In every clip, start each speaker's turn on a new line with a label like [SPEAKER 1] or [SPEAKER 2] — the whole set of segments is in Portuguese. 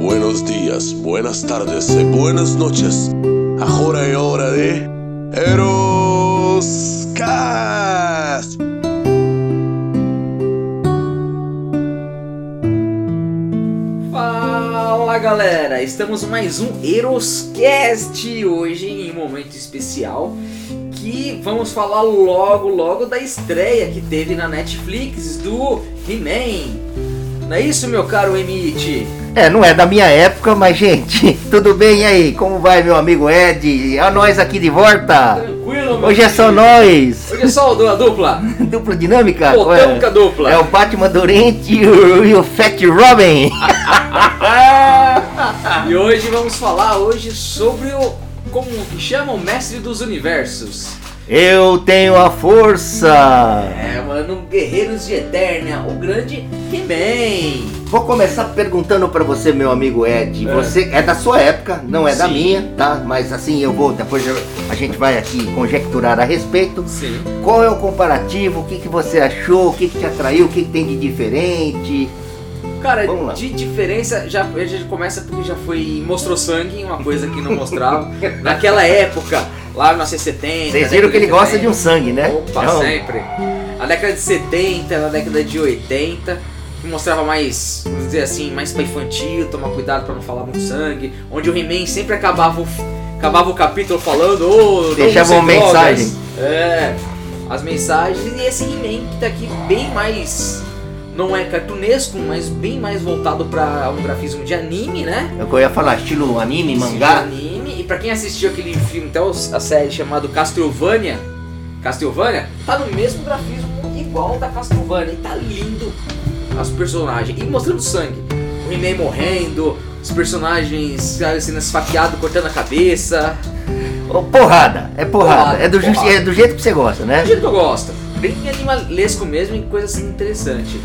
[SPEAKER 1] Buenos días, buenas tardes y buenas noches. Ahora es hora de Eroscast.
[SPEAKER 2] Fala galera, estamos mais um Eroscast hoje em um momento especial que vamos falar logo logo da estreia que teve na Netflix do He-Man. Não é isso, meu caro Emite?
[SPEAKER 3] É, não é da minha época, mas gente, tudo bem e aí? Como vai meu amigo Ed? A nós aqui de volta.
[SPEAKER 2] Tranquilo, meu
[SPEAKER 3] Hoje é só
[SPEAKER 2] querido?
[SPEAKER 3] nós.
[SPEAKER 2] Hoje é só o du- a dupla.
[SPEAKER 3] Dupla dinâmica. Qual é?
[SPEAKER 2] Botâmica dupla.
[SPEAKER 3] É o Batman Durente e o, e o Fat Robin.
[SPEAKER 2] E hoje vamos falar hoje sobre o como que chama o mestre dos universos.
[SPEAKER 3] Eu tenho a força.
[SPEAKER 2] É, mano, Guerreiros de Eterna, o grande He-Man.
[SPEAKER 3] Vou começar perguntando pra você, meu amigo Ed.
[SPEAKER 2] É.
[SPEAKER 3] Você é da sua época, não é da
[SPEAKER 2] Sim.
[SPEAKER 3] minha, tá? Mas assim eu vou, depois eu- a gente vai aqui conjecturar a respeito.
[SPEAKER 2] Sim.
[SPEAKER 3] Qual é o comparativo? O que, que você achou? O que, que te atraiu? O que, que tem de diferente?
[SPEAKER 2] Cara,
[SPEAKER 3] Vamos lá.
[SPEAKER 2] de diferença, já, já começa porque já foi. Mostrou sangue, uma coisa que não mostrava. Naquela época, lá na C70.
[SPEAKER 3] Vocês viram que ele gosta de um
[SPEAKER 2] sangue,
[SPEAKER 3] sangue, né?
[SPEAKER 2] Opa,
[SPEAKER 3] Então,
[SPEAKER 2] sempre. A década de 70, na década de 80, que mostrava mais, vamos dizer assim, mais pra infantil, tomar cuidado pra não falar muito sangue. Onde o He-Man sempre acabava o, acabava o capítulo falando, ô, oh,
[SPEAKER 3] Deixava uma mensagem.
[SPEAKER 2] É, as mensagens. E esse He-Man que tá aqui bem mais. Não é cartunesco, mas bem mais voltado pra um grafismo de anime, né?
[SPEAKER 3] É o que eu ia falar, estilo anime,
[SPEAKER 2] De
[SPEAKER 3] mangá.
[SPEAKER 2] anime. E pra quem assistiu aquele filme, então, a série chamada Castlevania, Castlevania, tá no mesmo grafismo igual da Castlevania. E tá lindo as personagens. E mostrando sangue. O He-Man morrendo, os personagens sabe, sendo esfaqueados, cortando a cabeça.
[SPEAKER 3] Ô, porrada, é porrada.
[SPEAKER 2] Porrada,
[SPEAKER 3] é, do ju-
[SPEAKER 2] porrada.
[SPEAKER 3] é do jeito que você gosta,
[SPEAKER 2] É do
[SPEAKER 3] né?
[SPEAKER 2] jeito que eu gosto. Bem animalesco mesmo e coisa assim interessante.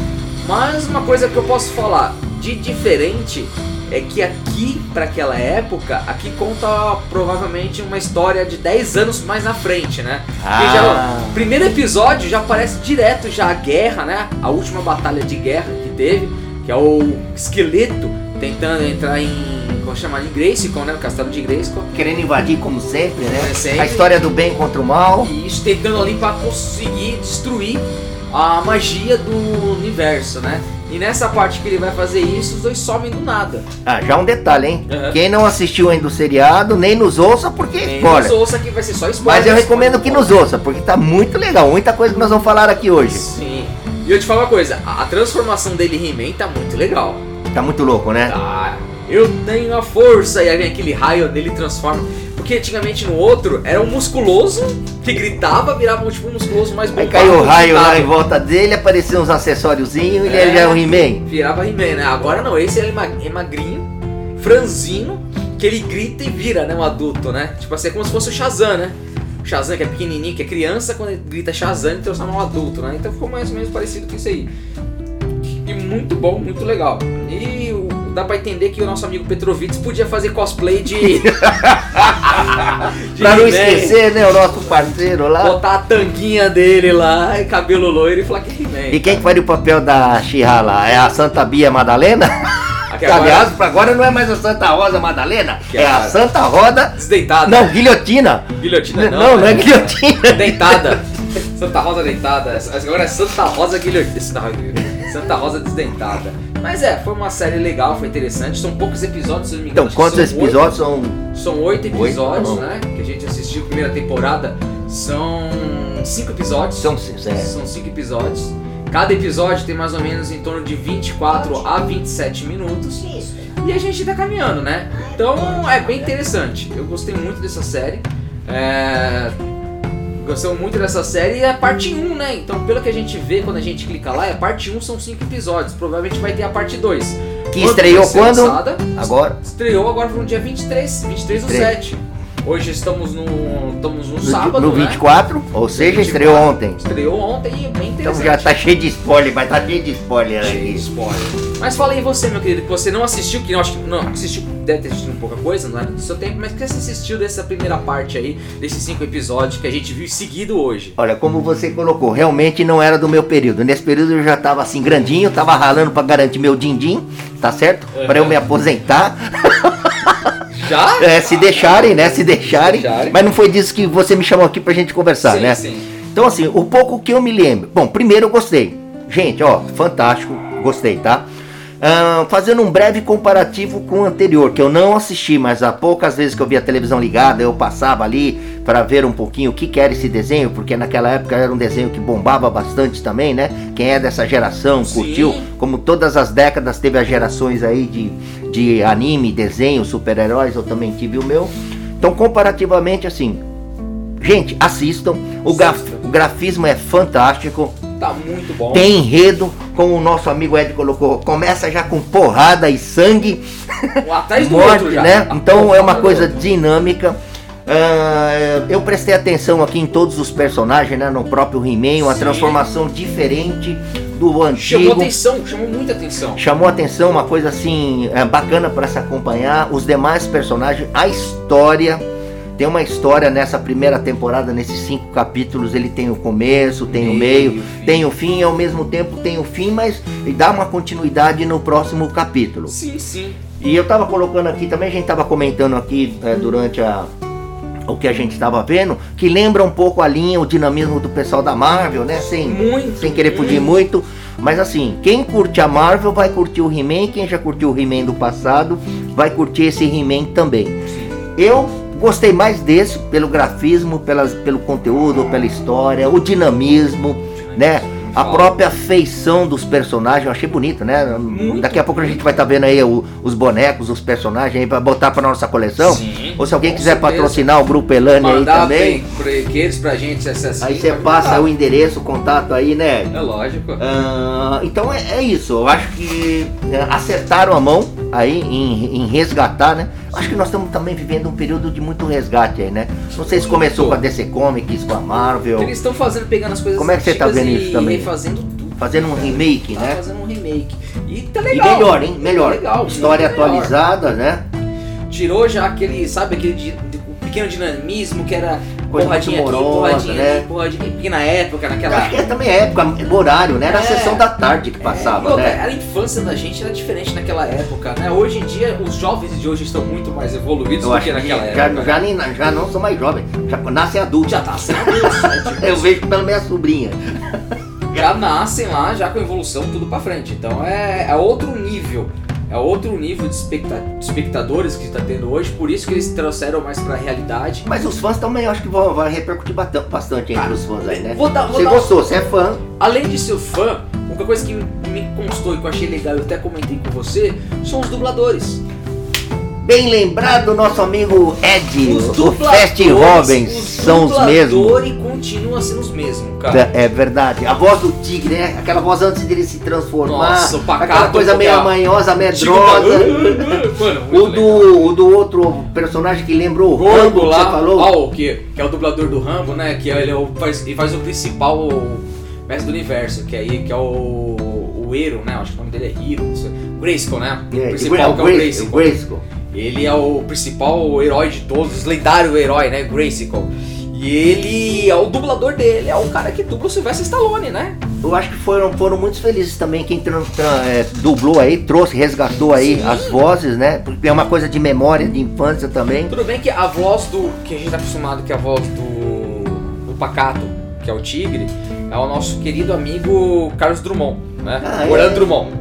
[SPEAKER 2] Mas uma coisa que eu posso falar de diferente é que aqui, para aquela época, aqui conta provavelmente uma história de 10 anos mais na frente, né? Porque já-
[SPEAKER 3] Ah.
[SPEAKER 2] o primeiro episódio já aparece direto já a guerra, né? A última batalha de guerra que teve, que é o esqueleto tentando entrar em. Como chama? Em Grayskull, né? O castelo de Grayskull.
[SPEAKER 3] Querendo invadir, como sempre, né?
[SPEAKER 2] Como sempre.
[SPEAKER 3] A história do bem contra o mal.
[SPEAKER 2] E isso tentando ali pra conseguir destruir a magia do universo, né? E nessa parte que ele vai fazer isso, os dois somem do nada.
[SPEAKER 3] Ah, já um detalhe, hein?
[SPEAKER 2] Aham.
[SPEAKER 3] Quem não assistiu ainda o seriado, nem nos ouça, porque é
[SPEAKER 2] Nem
[SPEAKER 3] spoiler.
[SPEAKER 2] nos ouça que vai ser só spoiler.
[SPEAKER 3] Mas eu recomendo que
[SPEAKER 2] spoiler.
[SPEAKER 3] nos ouça, porque tá muito legal. Muita coisa que nós vamos falar aqui hoje.
[SPEAKER 2] Sim. E eu te falo uma coisa, a a transformação dele em He-Man tá muito legal.
[SPEAKER 3] Tá muito louco, né?
[SPEAKER 2] Ah, eu tenho a força! E aí vem aquele raio dele e transforma. Porque antigamente no outro era um musculoso que gritava, virava tipo um musculoso mais
[SPEAKER 3] Aí
[SPEAKER 2] bombado.
[SPEAKER 3] caiu o raio né? lá
[SPEAKER 2] gritava.
[SPEAKER 3] em volta dele, apareceu uns acessóriozinhos e
[SPEAKER 2] É.
[SPEAKER 3] ele já é um He-Man.
[SPEAKER 2] Virava He-Man, né? Agora não, esse ele é ma- é magrinho, franzino, que ele grita e vira, né? Um adulto, né? Tipo assim, é como se fosse o Shazam, né? O Shazam que é pequenininho, que é criança, quando ele grita Shazam, ele transforma um adulto, né? Então ficou mais ou menos parecido com isso aí. E muito bom, muito legal. E o- dá pra entender que o nosso amigo Petrovic podia fazer cosplay de. de
[SPEAKER 3] Pra não
[SPEAKER 2] He-Man,
[SPEAKER 3] esquecer, tá? né, o nosso parceiro lá.
[SPEAKER 2] Botar a tanguinha dele lá, e cabelo loiro e falar que é
[SPEAKER 3] E
[SPEAKER 2] He-Man.
[SPEAKER 3] quem que faz o papel da Xirra lá? É a Santa Bia Madalena?
[SPEAKER 2] Aqui
[SPEAKER 3] Que aliás, pra agora não é mais a Santa Rosa Madalena,
[SPEAKER 2] Que
[SPEAKER 3] é a
[SPEAKER 2] agora-
[SPEAKER 3] Santa Roda.
[SPEAKER 2] Desdeitada.
[SPEAKER 3] Não, guilhotina.
[SPEAKER 2] Guilhotina
[SPEAKER 3] Ah, Não,
[SPEAKER 2] não.
[SPEAKER 3] não, é
[SPEAKER 2] né?
[SPEAKER 3] guilhotina.
[SPEAKER 2] Dentada. Santa Rosa dentada. Agora é Santa Rosa guilhotina. Santa Rosa guilhotina. Santa Rosa desdentada. Mas é, foi uma série legal, foi interessante. São poucos episódios, se não me engano.
[SPEAKER 3] Então,
[SPEAKER 2] acho que
[SPEAKER 3] quantos
[SPEAKER 2] são
[SPEAKER 3] episódios são.
[SPEAKER 2] oito- são oito
[SPEAKER 3] Oito,
[SPEAKER 2] episódios,
[SPEAKER 3] tá bom.
[SPEAKER 2] né? Que a gente assistiu a primeira temporada. São cinco episódios.
[SPEAKER 3] São seis, é.
[SPEAKER 2] São cinco episódios. Cada episódio tem mais ou menos em torno de 24 a 27 minutos. E a gente tá caminhando, né? Então é bem interessante. Eu gostei muito dessa série. É... Gostamos muito dessa série e é parte 1, né? Então, pelo que a gente vê quando a gente clica lá, é parte 1 são cinco episódios. Provavelmente vai ter a parte 2.
[SPEAKER 3] Que estreou quando?
[SPEAKER 2] Lançada,
[SPEAKER 3] Agora.
[SPEAKER 2] estreou agora no dia 23, 23 do
[SPEAKER 3] 23.
[SPEAKER 2] 7. Hoje estamos no, estamos no,
[SPEAKER 3] No,
[SPEAKER 2] sábado,
[SPEAKER 3] no
[SPEAKER 2] né?
[SPEAKER 3] 24, ou seja,
[SPEAKER 2] 24.
[SPEAKER 3] estreou ontem.
[SPEAKER 2] Estreou ontem e é bem
[SPEAKER 3] Então
[SPEAKER 2] interessante.
[SPEAKER 3] já tá cheio de spoiler, mas tá cheio de spoiler
[SPEAKER 2] Cheio de
[SPEAKER 3] aqui.
[SPEAKER 2] spoiler. Mas fala aí você, meu querido, que você não assistiu, que eu acho que não assistiu, deve ter assistido pouca coisa, não é do seu tempo, mas o que você assistiu dessa primeira parte aí, desses cinco episódios que a gente viu seguido hoje?
[SPEAKER 3] Olha, como você colocou, realmente não era do meu período. Nesse período eu já tava assim grandinho, tava ralando pra garantir meu din-din, tá certo? Pra eu me aposentar.
[SPEAKER 2] Já?
[SPEAKER 3] É, se deixarem, né? Se deixarem.
[SPEAKER 2] Deixarem.
[SPEAKER 3] Mas não foi disso que você me chamou aqui pra gente conversar,
[SPEAKER 2] sim,
[SPEAKER 3] né?
[SPEAKER 2] sim.
[SPEAKER 3] Então, assim, o pouco que eu me lembro. Bom, primeiro eu gostei. Gente, ó, fantástico, gostei, tá? Ahn, fazendo um breve comparativo com o anterior, que eu não assisti, mas há poucas vezes que eu vi a televisão ligada, eu passava ali pra ver um pouquinho o que, que era esse desenho, porque naquela época era um desenho que bombava bastante também, né? Quem é dessa geração
[SPEAKER 2] Sim.
[SPEAKER 3] curtiu, como todas as décadas teve as gerações aí de, de anime, desenho, super-heróis, eu também tive o meu. Então, comparativamente, assim, gente, assistam. O, graf-
[SPEAKER 2] Assistam.
[SPEAKER 3] o grafismo é fantástico,
[SPEAKER 2] Tá muito bom.
[SPEAKER 3] tem enredo, como o nosso amigo Ed colocou, começa já com porrada e sangue,
[SPEAKER 2] Um atrás do
[SPEAKER 3] morte,
[SPEAKER 2] outro já.
[SPEAKER 3] né?
[SPEAKER 2] Tá
[SPEAKER 3] Então
[SPEAKER 2] bom,
[SPEAKER 3] é
[SPEAKER 2] tá
[SPEAKER 3] uma
[SPEAKER 2] bom.
[SPEAKER 3] coisa dinâmica. Ah, eu prestei atenção aqui em todos os personagens, né? No próprio He-Man, uma
[SPEAKER 2] Sim.
[SPEAKER 3] transformação diferente do
[SPEAKER 2] Chamou
[SPEAKER 3] antigo.
[SPEAKER 2] atenção, chamou muita atenção.
[SPEAKER 3] Chamou atenção, uma coisa assim é, bacana para se acompanhar, os demais personagens, a história. Tem uma história nessa primeira temporada, nesses cinco capítulos, ele tem o começo, tem o meio, tem o fim, e ao mesmo tempo tem o fim, mas dá uma continuidade no próximo capítulo.
[SPEAKER 2] Sim, sim.
[SPEAKER 3] E eu tava colocando aqui também, a gente tava comentando aqui é, durante a o que a gente tava vendo, que lembra um pouco a linha, o dinamismo do pessoal da Marvel, né? Sem,
[SPEAKER 2] Muito.
[SPEAKER 3] sem querer fugir muito. Mas assim, quem curte a Marvel vai curtir o He-Man, quem já curtiu o He-Man do passado vai curtir esse He-Man também. Eu gostei mais desse pelo grafismo, pelas, pelo conteúdo, pela história, o dinamismo, né? A própria feição dos personagens, eu achei bonito, né?
[SPEAKER 2] Muito.
[SPEAKER 3] Daqui a pouco a gente vai estar vendo aí o- os bonecos, os personagens aí para botar para nossa coleção.
[SPEAKER 2] Sim.
[SPEAKER 3] Então, Ou se alguém
[SPEAKER 2] Com
[SPEAKER 3] quiser
[SPEAKER 2] certeza.
[SPEAKER 3] patrocinar o grupo Elane aí
[SPEAKER 2] Mandar
[SPEAKER 3] também,
[SPEAKER 2] bem prequeiros pra gente acessar.
[SPEAKER 3] aí você passa o endereço, o contato aí, né?
[SPEAKER 2] É lógico.
[SPEAKER 3] Ah, então é, é isso, eu acho que é, acertaram a mão aí em, em resgatar, né? Eu Acho que nós estamos também vivendo um período de muito resgate aí, né? Não sei se começou com a DC Comics, com a Marvel,
[SPEAKER 2] Eles estão fazendo, pegando as coisas
[SPEAKER 3] Como é que você tá
[SPEAKER 2] antigas
[SPEAKER 3] vendo
[SPEAKER 2] e
[SPEAKER 3] isso também?
[SPEAKER 2] refazendo tudo.
[SPEAKER 3] fazendo um remake,
[SPEAKER 2] Tá
[SPEAKER 3] né?
[SPEAKER 2] fazendo um remake. E tá
[SPEAKER 3] E
[SPEAKER 2] legal. Tá
[SPEAKER 3] melhor, hein? Melhor.
[SPEAKER 2] Legal,
[SPEAKER 3] História
[SPEAKER 2] muito melhor.
[SPEAKER 3] atualizada, né?
[SPEAKER 2] Tirou já aquele, sabe, aquele de- de- o pequeno dinamismo que era
[SPEAKER 3] Coisa
[SPEAKER 2] porradinha
[SPEAKER 3] muito
[SPEAKER 2] aqui,
[SPEAKER 3] morosa,
[SPEAKER 2] porradinha
[SPEAKER 3] né?
[SPEAKER 2] ali, porradinha aqui. Porque na época, naquela.
[SPEAKER 3] Acho que é também época, o horário, né? Era a
[SPEAKER 2] É.
[SPEAKER 3] sessão da tarde que
[SPEAKER 2] É, e
[SPEAKER 3] passava,
[SPEAKER 2] outra,
[SPEAKER 3] né?
[SPEAKER 2] A infância da gente era diferente naquela época, né? Hoje em dia, os jovens de hoje estão muito mais evoluídos
[SPEAKER 3] Eu
[SPEAKER 2] do
[SPEAKER 3] acho
[SPEAKER 2] que
[SPEAKER 3] que
[SPEAKER 2] naquela
[SPEAKER 3] já,
[SPEAKER 2] época. né?
[SPEAKER 3] já, nem, já não sou mais jovem, já nasce adulto.
[SPEAKER 2] Já tá sendo isso, né? Tipo,
[SPEAKER 3] Eu vejo pela minha sobrinha.
[SPEAKER 2] já nascem lá já com a evolução tudo pra frente. Então é, é outro nível. É outro nível de especta- de espectadores que está tendo hoje, por isso que eles trouxeram mais pra realidade.
[SPEAKER 3] Mas os fãs também, eu acho que vão, vai repercutir bata- bastante entre os fãs aí, né?
[SPEAKER 2] Vou dar, vou
[SPEAKER 3] Você
[SPEAKER 2] dar- um,
[SPEAKER 3] gostou, você é fã.
[SPEAKER 2] Além de ser fã, uma coisa que me- me constou e que eu achei legal, eu até comentei com você, são os dubladores.
[SPEAKER 3] Bem lembrado, nosso amigo Ed,
[SPEAKER 2] Os
[SPEAKER 3] o Fast Robbins, são os mesmos.
[SPEAKER 2] dubladores continuam sendo os mesmos, cara.
[SPEAKER 3] É é verdade. A voz do Tigre, né? Aquela voz antes dele se transformar.
[SPEAKER 2] Nossa, um o pacato,
[SPEAKER 3] Ah, aquela coisa meio
[SPEAKER 2] porque a-
[SPEAKER 3] amanhosa,
[SPEAKER 2] Chico tá-
[SPEAKER 3] medrosa.
[SPEAKER 2] Mano, muito
[SPEAKER 3] O
[SPEAKER 2] legal.
[SPEAKER 3] do, o do outro personagem que lembrou o Rambo,
[SPEAKER 2] Gorgo
[SPEAKER 3] que
[SPEAKER 2] lá,
[SPEAKER 3] você falou.
[SPEAKER 2] ó, o que, que é o dublador do Rambo, né? Que ele é o- faz, ele faz o principal o mestre do universo, que aí que é o, o Hero, né? Acho que o nome dele é Hero, não sei. Grayskull, né? O
[SPEAKER 3] É,
[SPEAKER 2] principal
[SPEAKER 3] o
[SPEAKER 2] que é o
[SPEAKER 3] Grace-
[SPEAKER 2] Grayskull.
[SPEAKER 3] o Grayskull.
[SPEAKER 2] Ele é o principal herói de todos, lendário herói, né? Grayskull. E ele é o dublador dele, é o cara que dubla o Sylvester Stallone, né?
[SPEAKER 3] Eu acho que foram, foram muito felizes também quem tran- tran- é, dublou aí, trouxe, resgatou aí
[SPEAKER 2] Sim.
[SPEAKER 3] as vozes, né? Porque é uma coisa de memória, de infância também.
[SPEAKER 2] Tudo bem que a voz do. que a gente tá acostumado, que é a voz do. do Pacato, que é o Tigre, é o nosso querido amigo Carlos Drummond, né?
[SPEAKER 3] Ah, é?
[SPEAKER 2] Orlando Drummond.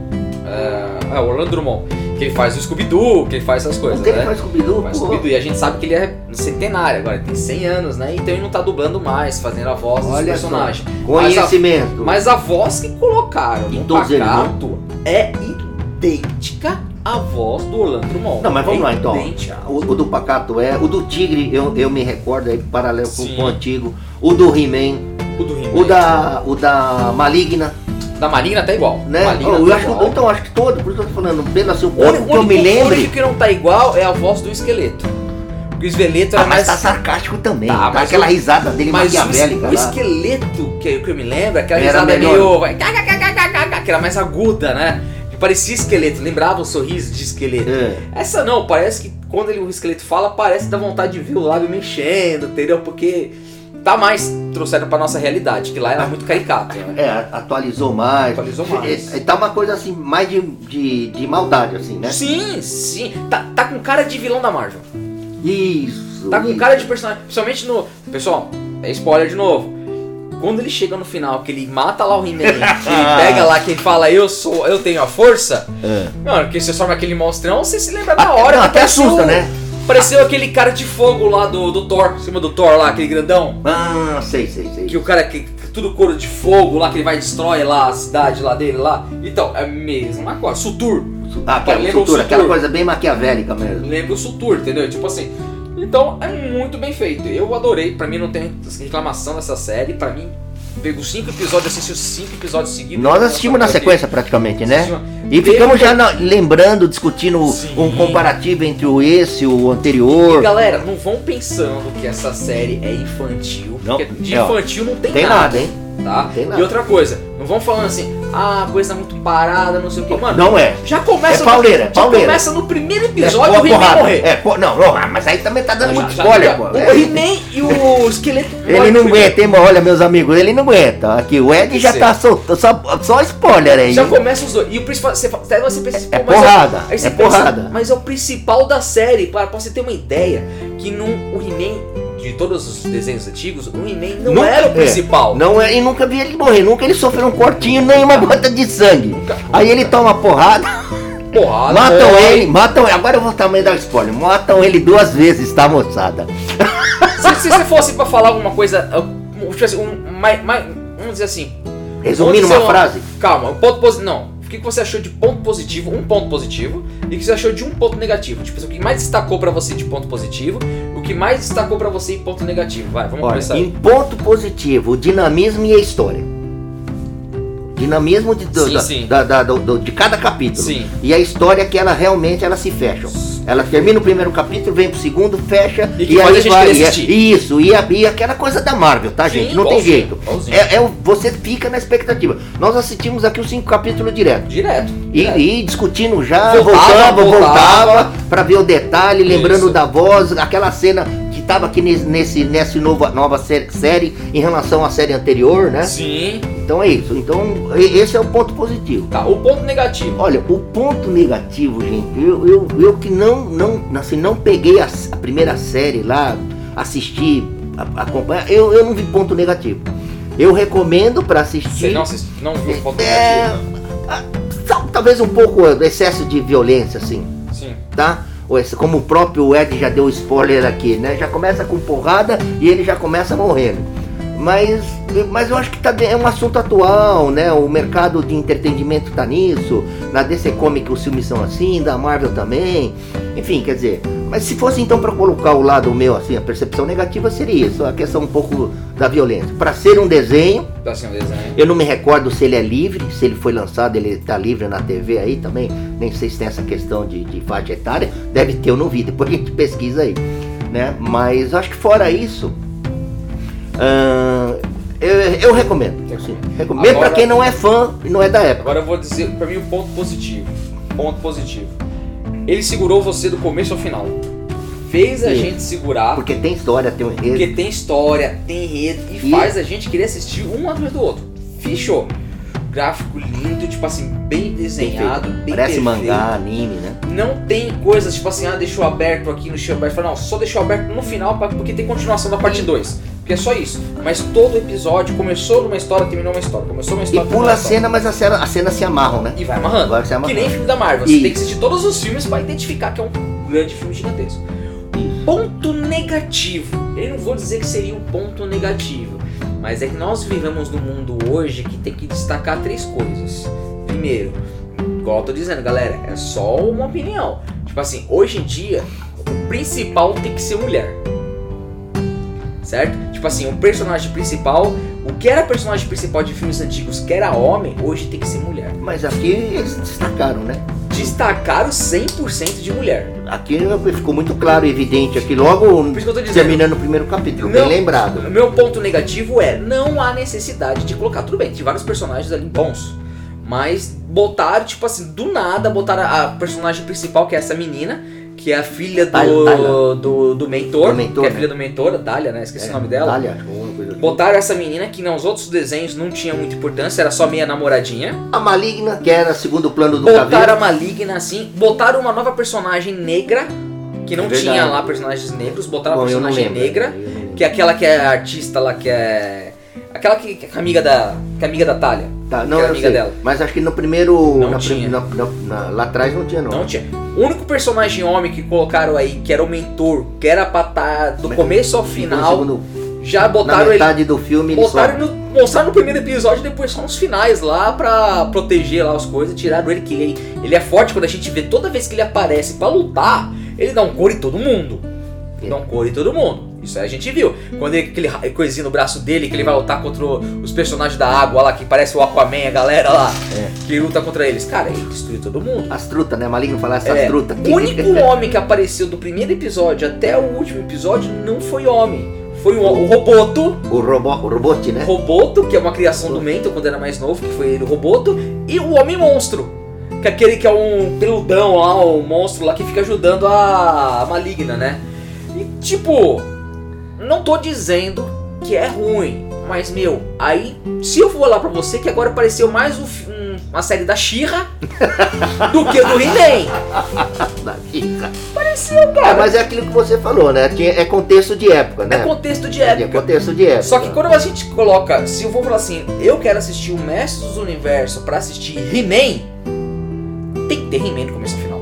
[SPEAKER 2] É, é, o Orlando Drummond. Que ele faz o Scooby-Doo, que ele faz essas coisas,
[SPEAKER 3] Não teve
[SPEAKER 2] né?
[SPEAKER 3] mais Scooby-Doo,
[SPEAKER 2] Faz
[SPEAKER 3] pô.
[SPEAKER 2] Scooby-Doo. E a gente sabe que ele é centenário agora, ele tem 100 anos, né? Então ele não tá dublando mais, fazendo a voz dos
[SPEAKER 3] Olha só.
[SPEAKER 2] personagens.
[SPEAKER 3] Conhecimento.
[SPEAKER 2] Mas a voz que colocaram
[SPEAKER 3] Em
[SPEAKER 2] no
[SPEAKER 3] todos eles, né?
[SPEAKER 2] Pacato é idêntica à voz do Orlando Drummond.
[SPEAKER 3] Não, mas vamos
[SPEAKER 2] É
[SPEAKER 3] lá, então.
[SPEAKER 2] idêntica.
[SPEAKER 3] O, o do Pacato é. O do Tigre, eu, eu me recordo aí, paralelo com-
[SPEAKER 2] Sim.
[SPEAKER 3] com o antigo. O do He-Man.
[SPEAKER 2] O do He-Man.
[SPEAKER 3] O da, o da Maligna,
[SPEAKER 2] Da Marina tá igual.
[SPEAKER 3] né?
[SPEAKER 2] Marina
[SPEAKER 3] eu
[SPEAKER 2] tá
[SPEAKER 3] acho que,
[SPEAKER 2] igual.
[SPEAKER 3] então, acho que todo, por isso que eu tô falando, pelo assim, o
[SPEAKER 2] O único-
[SPEAKER 3] que eu me
[SPEAKER 2] único- O
[SPEAKER 3] lembre.
[SPEAKER 2] único que não tá igual é a voz do esqueleto. E o esqueleto era
[SPEAKER 3] Ah, mas
[SPEAKER 2] mais.
[SPEAKER 3] tá sarcástico também.
[SPEAKER 2] Tá,
[SPEAKER 3] Tá,
[SPEAKER 2] mas
[SPEAKER 3] aquela
[SPEAKER 2] o-
[SPEAKER 3] risada dele
[SPEAKER 2] mas o, es-
[SPEAKER 3] maquiavélica.
[SPEAKER 2] o
[SPEAKER 3] lá.
[SPEAKER 2] esqueleto, que, que eu me lembro, é aquela
[SPEAKER 3] Era
[SPEAKER 2] risada
[SPEAKER 3] melhor.
[SPEAKER 2] meio. vai, cá, cá, cá, cá, cá, cá, cá, que era mais aguda, né? Que parecia esqueleto, lembrava um sorriso de esqueleto.
[SPEAKER 3] É.
[SPEAKER 2] Essa não, parece que quando ele, o esqueleto fala, parece que dá vontade de ver o lábio mexendo, entendeu? Porque tá mais trouxeram pra nossa realidade, que lá era muito caricato, né?
[SPEAKER 3] É, atualizou mais.
[SPEAKER 2] Atualizou mais.
[SPEAKER 3] É, é, tá uma coisa assim, mais de, de, de maldade, assim, né?
[SPEAKER 2] Sim, sim. Tá, tá com cara de vilão da Marvel.
[SPEAKER 3] Isso.
[SPEAKER 2] Tá com
[SPEAKER 3] isso.
[SPEAKER 2] cara de personagem. Principalmente no. Pessoal, é spoiler de novo. Quando ele chega no final, que ele mata lá o He-Man, que ele pega lá, que ele fala, eu sou, eu tenho a força.
[SPEAKER 3] É.
[SPEAKER 2] Mano, porque você sobe aquele monstrão, você se lembra
[SPEAKER 3] Até-
[SPEAKER 2] da hora.
[SPEAKER 3] não,
[SPEAKER 2] que
[SPEAKER 3] até
[SPEAKER 2] pareceu-
[SPEAKER 3] assusta, né?
[SPEAKER 2] Pareceu aquele cara de fogo lá do, do Thor, em cima do Thor lá, aquele grandão.
[SPEAKER 3] Ah, sei, sei, sei.
[SPEAKER 2] Que o cara que que tudo couro de fogo lá, que ele vai e destrói lá a cidade lá dele lá. Então, é a mesma coisa. Sutur.
[SPEAKER 3] Ah, aquela
[SPEAKER 2] lembra o
[SPEAKER 3] cultura, aquela
[SPEAKER 2] Sutur.
[SPEAKER 3] coisa bem maquiavélica mesmo.
[SPEAKER 2] Lembra o Sutur, entendeu? Tipo assim. Então, é muito bem feito. Eu adorei. Pra mim, não tem reclamação dessa série. Pra mim, pego cinco episódios, assisti os cinco episódios seguidos.
[SPEAKER 3] Nós assistimos na
[SPEAKER 2] Nossa,
[SPEAKER 3] sequência praticamente, né?
[SPEAKER 2] Assistimos.
[SPEAKER 3] E
[SPEAKER 2] Teve-
[SPEAKER 3] ficamos já na- lembrando, discutindo
[SPEAKER 2] Sim.
[SPEAKER 3] um comparativo entre o esse e o
[SPEAKER 2] E
[SPEAKER 3] anterior.
[SPEAKER 2] galera, não vão pensando que essa série é infantil.
[SPEAKER 3] Não,
[SPEAKER 2] porque de
[SPEAKER 3] é, ó,
[SPEAKER 2] infantil não tem,
[SPEAKER 3] Tem nada, hein?
[SPEAKER 2] Tá?
[SPEAKER 3] tem nada.
[SPEAKER 2] E outra coisa, não vão falando assim, ah, coisa muito parada, não sei o que. Mano,
[SPEAKER 3] Não é.
[SPEAKER 2] Já começa
[SPEAKER 3] É pauleira,
[SPEAKER 2] no,
[SPEAKER 3] é
[SPEAKER 2] já
[SPEAKER 3] pauleira.
[SPEAKER 2] começa no primeiro
[SPEAKER 3] É
[SPEAKER 2] episódio
[SPEAKER 3] pô-
[SPEAKER 2] o He-Man
[SPEAKER 3] porrada.
[SPEAKER 2] morrer.
[SPEAKER 3] É, pô- não, não, ah, mas aí também tá dando
[SPEAKER 2] Já-
[SPEAKER 3] muito
[SPEAKER 2] já-
[SPEAKER 3] spoiler,
[SPEAKER 2] já-
[SPEAKER 3] pô.
[SPEAKER 2] O
[SPEAKER 3] É.
[SPEAKER 2] He-Man e o esqueleto.
[SPEAKER 3] Ele não aguenta, hein, mano? Olha, meus amigos, ele não aguenta. Aqui, o Ed
[SPEAKER 2] Tem
[SPEAKER 3] já
[SPEAKER 2] que
[SPEAKER 3] tá soltando. Só, só spoiler aí.
[SPEAKER 2] Já começa os dois. E o principal. Você, fa- até você pensa,
[SPEAKER 3] É
[SPEAKER 2] pô, mas
[SPEAKER 3] porrada,
[SPEAKER 2] aí você
[SPEAKER 3] é
[SPEAKER 2] pensa,
[SPEAKER 3] porrada.
[SPEAKER 2] mas é o principal da série, para pra você ter uma ideia. Que não, o He-Man, de todos os desenhos antigos, o He-Man não,
[SPEAKER 3] Nunca-
[SPEAKER 2] era o
[SPEAKER 3] é.
[SPEAKER 2] principal.
[SPEAKER 3] Não, é- e nunca vi ele morrer, nunca ele sofreu um cortinho, nem uma gota de sangue.
[SPEAKER 2] Nunca.
[SPEAKER 3] Aí ele toma porrada,
[SPEAKER 2] Porrada.
[SPEAKER 3] matam
[SPEAKER 2] porra.
[SPEAKER 3] ele, matam ele. Agora eu vou também dar spoiler. Matam ele duas vezes, tá, moçada?
[SPEAKER 2] Se, se você fosse pra falar alguma coisa. uh, Tipo assim, um, mais, mais, vamos dizer assim,
[SPEAKER 3] Resumindo
[SPEAKER 2] Vamos dizer
[SPEAKER 3] uma frase.
[SPEAKER 2] Calma, um ponto positivo. Não. O que que você achou de ponto positivo, um ponto positivo, e o que você achou de um ponto negativo? Tipo, assim, o que mais destacou pra você de ponto positivo, o que mais destacou pra você em ponto negativo. Vai, vamos
[SPEAKER 3] Olha,
[SPEAKER 2] começar.
[SPEAKER 3] em ponto positivo, o dinamismo e a história. Dinamismo de, do-
[SPEAKER 2] Sim,
[SPEAKER 3] da-
[SPEAKER 2] sim.
[SPEAKER 3] da- da- do- do- de cada capítulo.
[SPEAKER 2] Sim.
[SPEAKER 3] E a história é que ela realmente ela se fecha. Ela termina o primeiro capítulo, vem pro segundo, fecha
[SPEAKER 2] E que faz a gente querer
[SPEAKER 3] e é-
[SPEAKER 2] assistir.
[SPEAKER 3] isso, e, a- e aquela coisa da Marvel, tá,
[SPEAKER 2] Sim,
[SPEAKER 3] gente? Não tem
[SPEAKER 2] igualzinho,
[SPEAKER 3] jeito.
[SPEAKER 2] igualzinho.
[SPEAKER 3] É, é o- você fica na expectativa. Nós assistimos aqui os cinco capítulos direto.
[SPEAKER 2] Direto.
[SPEAKER 3] E,
[SPEAKER 2] direto.
[SPEAKER 3] e discutindo já,
[SPEAKER 2] É. Voltava,
[SPEAKER 3] voltava, voltava,
[SPEAKER 2] voltava.
[SPEAKER 3] pra ver o detalhe, lembrando
[SPEAKER 2] Isso.
[SPEAKER 3] da voz, aquela cena que tava aqui nesse, nesse, nessa nova, nova sé- série em relação à série anterior, né?
[SPEAKER 2] Sim.
[SPEAKER 3] Então é isso. Então e- esse é o ponto positivo.
[SPEAKER 2] Tá, o ponto negativo.
[SPEAKER 3] Olha, o ponto negativo, gente, eu, eu, eu que não, não, assim, não peguei a, s- a primeira série lá, assisti, a- acompanhar, eu, eu não vi ponto negativo. Eu recomendo pra
[SPEAKER 2] Você
[SPEAKER 3] assistir.
[SPEAKER 2] não, você não viu o ponto
[SPEAKER 3] É,
[SPEAKER 2] negativo?
[SPEAKER 3] a- tal- talvez um pouco do excesso de violência, assim,
[SPEAKER 2] Sim.
[SPEAKER 3] tá? Ou esse- Como o próprio Ed já deu spoiler aqui, né? Já começa com porrada e ele já começa morrendo. Mas, mas eu acho que tá, de- é um assunto atual, né? O mercado de entretenimento tá nisso. Na DC Comic os filmes são assim, da Marvel também. Enfim, quer dizer. Mas se fosse então para colocar o lado meu, assim, a percepção negativa seria isso, a questão um pouco da violência. Para ser um desenho,
[SPEAKER 2] Tá assim, o desenho.
[SPEAKER 3] eu não me recordo se ele é livre, se ele foi lançado, ele tá livre na TV aí também. Nem sei se tem essa questão de, de faixa etária. Deve ter, eu não vi. Depois a gente pesquisa aí, né? Mas acho que fora isso, ahn, eu, eu recomendo. Sim, recomendo. Mesmo
[SPEAKER 2] Agora-
[SPEAKER 3] pra quem não é fã e não é da época.
[SPEAKER 2] Agora eu vou dizer, pra mim, o ponto positivo. Ponto positivo. Ele segurou você do começo ao final. Fez a
[SPEAKER 3] Sim.
[SPEAKER 2] gente segurar.
[SPEAKER 3] Porque tem história, tem um
[SPEAKER 2] Porque
[SPEAKER 3] enredo.
[SPEAKER 2] tem história, tem enredo e
[SPEAKER 3] E-
[SPEAKER 2] faz a gente querer assistir um atrás do outro. Fechou. Gráfico lindo, tipo assim, bem desenhado, bem
[SPEAKER 3] Parece
[SPEAKER 2] perfeito.
[SPEAKER 3] mangá, anime, né?
[SPEAKER 2] Não tem coisas tipo assim, ah, deixou aberto aqui, não deixou aberto. Fala, Não, só deixou aberto no final pra- porque tem continuação da parte 2. Porque é só isso. Mas todo episódio começou numa história, terminou uma história. Começou uma
[SPEAKER 3] E
[SPEAKER 2] história. terminou
[SPEAKER 3] pula
[SPEAKER 2] uma
[SPEAKER 3] a cena, mas as cenas cena se amarram, né?
[SPEAKER 2] E vai amarrando.
[SPEAKER 3] Vai se
[SPEAKER 2] Que
[SPEAKER 3] amarrando.
[SPEAKER 2] nem filme da Marvel. Você
[SPEAKER 3] Isso.
[SPEAKER 2] tem que assistir todos os filmes pra identificar que é um grande filme gigantesco. Um Ponto negativo. Eu não vou dizer que seria um ponto negativo. Mas é que nós vivemos num mundo hoje que tem que destacar três coisas. Primeiro, igual eu tô dizendo, galera, é só uma opinião. Tipo assim, hoje em dia, o principal tem que ser mulher. Certo? Tipo assim, o personagem principal, o que era personagem principal de filmes antigos, que era homem, hoje tem que ser mulher.
[SPEAKER 3] Mas aqui eles destacaram, né?
[SPEAKER 2] destacaram 100% de mulher.
[SPEAKER 3] Aqui ficou muito claro e evidente aqui logo
[SPEAKER 2] isso que eu tô dizendo.
[SPEAKER 3] terminando o primeiro capítulo,
[SPEAKER 2] Não.
[SPEAKER 3] bem lembrado.
[SPEAKER 2] O meu ponto negativo é, não há necessidade de colocar. Tudo bem, tem vários personagens ali bons. Mas botaram, tipo assim, do nada, botaram a personagem principal, que é essa menina, que é a filha do.
[SPEAKER 3] Dália, Dália.
[SPEAKER 2] do, do mentor.
[SPEAKER 3] Do mentor,
[SPEAKER 2] que é a
[SPEAKER 3] né? É,
[SPEAKER 2] filha do mentor, a Dália, né? Esqueci o nome dela.
[SPEAKER 3] Dália, alguma coisa assim.
[SPEAKER 2] Botaram essa menina que nos outros desenhos não tinha muita importância, era só meia namoradinha.
[SPEAKER 3] A maligna, que era segundo plano do
[SPEAKER 2] Botaram
[SPEAKER 3] Caveira.
[SPEAKER 2] a maligna assim, botaram uma nova personagem negra, que não
[SPEAKER 3] É verdade.
[SPEAKER 2] tinha lá personagens negros, botaram
[SPEAKER 3] Bom,
[SPEAKER 2] uma
[SPEAKER 3] eu não
[SPEAKER 2] personagem
[SPEAKER 3] lembro.
[SPEAKER 2] negra.
[SPEAKER 3] eu não lembro.
[SPEAKER 2] Que é aquela que é a artista lá, que é. Aquela que, que é amiga da. Que é amiga da Thalia.
[SPEAKER 3] Tá,
[SPEAKER 2] que
[SPEAKER 3] não,
[SPEAKER 2] era
[SPEAKER 3] eu
[SPEAKER 2] amiga
[SPEAKER 3] sei.
[SPEAKER 2] dela.
[SPEAKER 3] Mas acho que no primeiro.
[SPEAKER 2] Não
[SPEAKER 3] na prim-
[SPEAKER 2] tinha.
[SPEAKER 3] na- na- na- lá atrás não tinha, não.
[SPEAKER 2] Não tinha. O único personagem homem que colocaram aí, que era o mentor, que era pra tá do
[SPEAKER 3] Mas-
[SPEAKER 2] começo ao
[SPEAKER 3] Ficou no
[SPEAKER 2] final,
[SPEAKER 3] segundo-
[SPEAKER 2] já
[SPEAKER 3] na
[SPEAKER 2] botaram ele.
[SPEAKER 3] metade do filme ele
[SPEAKER 2] Botaram
[SPEAKER 3] só.
[SPEAKER 2] no, mostraram no primeiro episódio e depois só uns finais lá pra proteger lá as coisas. Tiraram ele que ele, ele é forte quando a gente vê toda vez que ele aparece pra lutar, ele dá um couro em todo mundo. Ele dá um couro em todo mundo. Isso aí a gente viu. Quando ele, aquele ra- coisinha no braço dele, que ele vai lutar contra o- os personagens da água lá, que parece o Aquaman, a galera lá, que luta contra eles. Cara, ele destruiu todo mundo.
[SPEAKER 3] As trutas, né? Maligno falar essas
[SPEAKER 2] É,
[SPEAKER 3] trutas.
[SPEAKER 2] O único homem que apareceu do primeiro episódio até o último episódio não foi homem. Foi o, o Roboto,
[SPEAKER 3] O, robô, o robot, né?
[SPEAKER 2] Roboto, que é uma criação do Mento quando era mais novo, que foi ele o Roboto, e o Homem Monstro, que é aquele que é um peludão lá, um monstro lá que fica ajudando a, a maligna, né? E tipo, não tô dizendo que é ruim, mas meu, aí se eu for lá pra você que agora apareceu mais um fi- um- uma série da Shira do que do He-Man.
[SPEAKER 3] Da vida.
[SPEAKER 2] Pareceu,
[SPEAKER 3] É,
[SPEAKER 2] cara.
[SPEAKER 3] mas é aquilo que você falou, né? Tinha- É contexto de época, né?
[SPEAKER 2] É contexto de
[SPEAKER 3] É
[SPEAKER 2] época.
[SPEAKER 3] contexto de época.
[SPEAKER 2] Só que quando a gente coloca, se eu vou falar assim, eu quero assistir o Mestre dos Universo pra assistir He-Man, tem que ter He-Man no começo e final.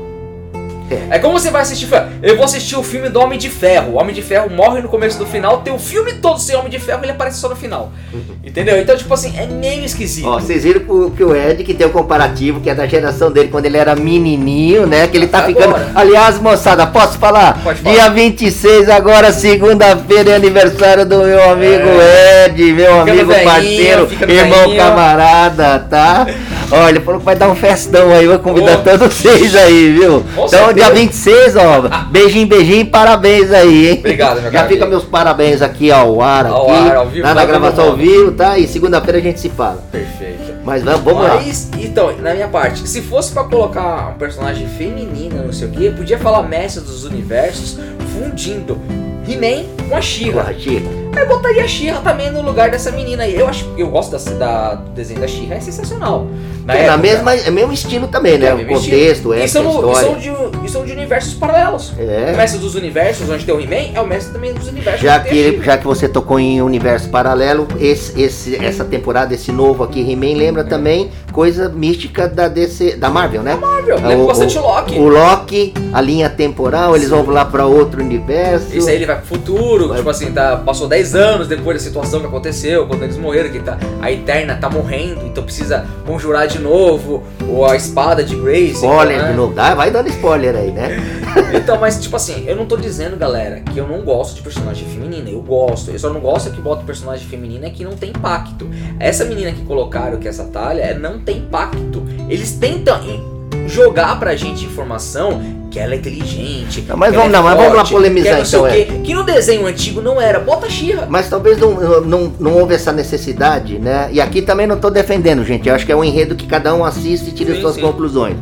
[SPEAKER 2] É. como você vai assistir, fala, eu vou assistir o filme do Homem de Ferro. O Homem de Ferro morre no começo do final, tem o filme todo sem Homem de Ferro, ele aparece só no final.
[SPEAKER 3] Uhum.
[SPEAKER 2] Entendeu? Então, tipo assim, é meio esquisito.
[SPEAKER 3] Ó, vocês viram que o- que o Ed, que tem o comparativo, que é da geração dele quando ele era menininho, né? Que ele tá
[SPEAKER 2] Agora.
[SPEAKER 3] ficando. Aliás, moçada, posso falar?
[SPEAKER 2] Pode falar.
[SPEAKER 3] Dia 26, agora segunda-feira, é aniversário do meu amigo Ed, meu
[SPEAKER 2] É. Fica
[SPEAKER 3] amigo
[SPEAKER 2] no velhinho,
[SPEAKER 3] parceiro,
[SPEAKER 2] fica no
[SPEAKER 3] irmão
[SPEAKER 2] velhinho.
[SPEAKER 3] camarada, tá? Ó, ele falou que vai dar um festão aí, vai convidar
[SPEAKER 2] Ô.
[SPEAKER 3] todos vocês aí, viu?
[SPEAKER 2] Com
[SPEAKER 3] então,
[SPEAKER 2] certeza.
[SPEAKER 3] dia 26, ó,
[SPEAKER 2] Ah.
[SPEAKER 3] beijinho, beijinho, parabéns aí, hein?
[SPEAKER 2] Obrigado, meu
[SPEAKER 3] Já
[SPEAKER 2] caro
[SPEAKER 3] fica
[SPEAKER 2] amigo.
[SPEAKER 3] meus parabéns aqui ao ar,
[SPEAKER 2] Ao
[SPEAKER 3] aqui,
[SPEAKER 2] ar, ao vivo,
[SPEAKER 3] na,
[SPEAKER 2] vai
[SPEAKER 3] na
[SPEAKER 2] todo
[SPEAKER 3] gravação ao
[SPEAKER 2] mundo.
[SPEAKER 3] vivo, tá? E segunda-feira a gente se fala.
[SPEAKER 2] Perfeito.
[SPEAKER 3] Mas vamos, vamos lá.
[SPEAKER 2] Mas, então, na minha parte, se fosse pra colocar um personagem feminina, não sei o que, podia falar Mestre dos Universos fundindo He-Man com a She-Ra.
[SPEAKER 3] Relaxa.
[SPEAKER 2] Aí botaria a Xirra também no lugar dessa menina aí. Eu acho eu gosto da, da- do desenho da Xirra, é sensacional. Na
[SPEAKER 3] É,
[SPEAKER 2] época.
[SPEAKER 3] na mesma, é mesmo estilo também, né?
[SPEAKER 2] É,
[SPEAKER 3] o
[SPEAKER 2] mesmo
[SPEAKER 3] contexto, é
[SPEAKER 2] e são,
[SPEAKER 3] a
[SPEAKER 2] no- e
[SPEAKER 3] história.
[SPEAKER 2] são de, e são de universos paralelos. O
[SPEAKER 3] É.
[SPEAKER 2] mestre dos universos, onde tem o He-Man, é o mestre também dos universos.
[SPEAKER 3] Já
[SPEAKER 2] onde
[SPEAKER 3] que,
[SPEAKER 2] tem a
[SPEAKER 3] ele-
[SPEAKER 2] She-Ra.
[SPEAKER 3] já que você tocou em universo paralelo, esse, esse- essa temporada, esse novo aqui, He-Man, lembra também coisa mística da DC, da Marvel, né?
[SPEAKER 2] Marvel, lembra
[SPEAKER 3] o-
[SPEAKER 2] bastante Loki.
[SPEAKER 3] O Loki, a linha temporal, eles vão lá pra outro universo.
[SPEAKER 2] Esse aí é ele vai pro futuro,
[SPEAKER 3] Vai-
[SPEAKER 2] tipo assim, tá, passou 10 anos depois da situação que aconteceu, quando eles morreram, que tá, a Eterna tá morrendo, então precisa conjurar de novo, ou a espada de Grace.
[SPEAKER 3] Spoiler
[SPEAKER 2] né?
[SPEAKER 3] de novo, dá, vai dando spoiler aí, né?
[SPEAKER 2] Então, mas tipo assim, eu não tô dizendo, galera, que eu não gosto de personagem feminina. Eu gosto. Eu só não gosto que bota personagem feminina que não tem impacto. Essa menina que colocaram, que é essa talha, é, não tem impacto. Eles tentam em- jogar pra gente informação que ela é inteligente.
[SPEAKER 3] Não, mas
[SPEAKER 2] que
[SPEAKER 3] vamos
[SPEAKER 2] ela é
[SPEAKER 3] lá, mas vamos lá
[SPEAKER 2] forte, que
[SPEAKER 3] polemizar
[SPEAKER 2] ela não sei
[SPEAKER 3] então,
[SPEAKER 2] o quê, Que no desenho antigo não era. Bota a Xirra.
[SPEAKER 3] Mas talvez não, não, não houve essa necessidade, né? E aqui também não estou defendendo, gente. Eu acho que é um enredo que cada um assiste e tira
[SPEAKER 2] Sim,
[SPEAKER 3] suas
[SPEAKER 2] sim.
[SPEAKER 3] conclusões.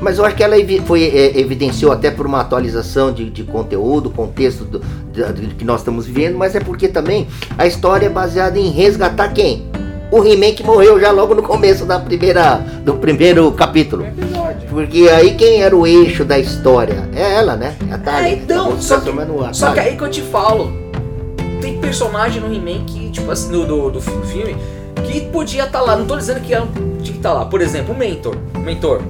[SPEAKER 3] Mas eu acho que ela evi- foi, é, evidenciou até por uma atualização de, de conteúdo, contexto do, da- do que nós estamos vivendo, mas é porque também a história é baseada em resgatar quem? O He-Man que morreu já logo no começo da primeira, do primeiro capítulo. Porque aí quem era o eixo da história? É ela, né? É a Thalia.
[SPEAKER 2] então,
[SPEAKER 3] Tá bom,
[SPEAKER 2] só
[SPEAKER 3] tá
[SPEAKER 2] que-
[SPEAKER 3] tomando a
[SPEAKER 2] Só que
[SPEAKER 3] Thalia.
[SPEAKER 2] aí que eu te falo, tem personagem no He-Man que, tipo assim, no, do, do fi- filme, que podia estar lá. Não tô dizendo que ela tinha que estar lá. Por exemplo, o Mentor. Mentor.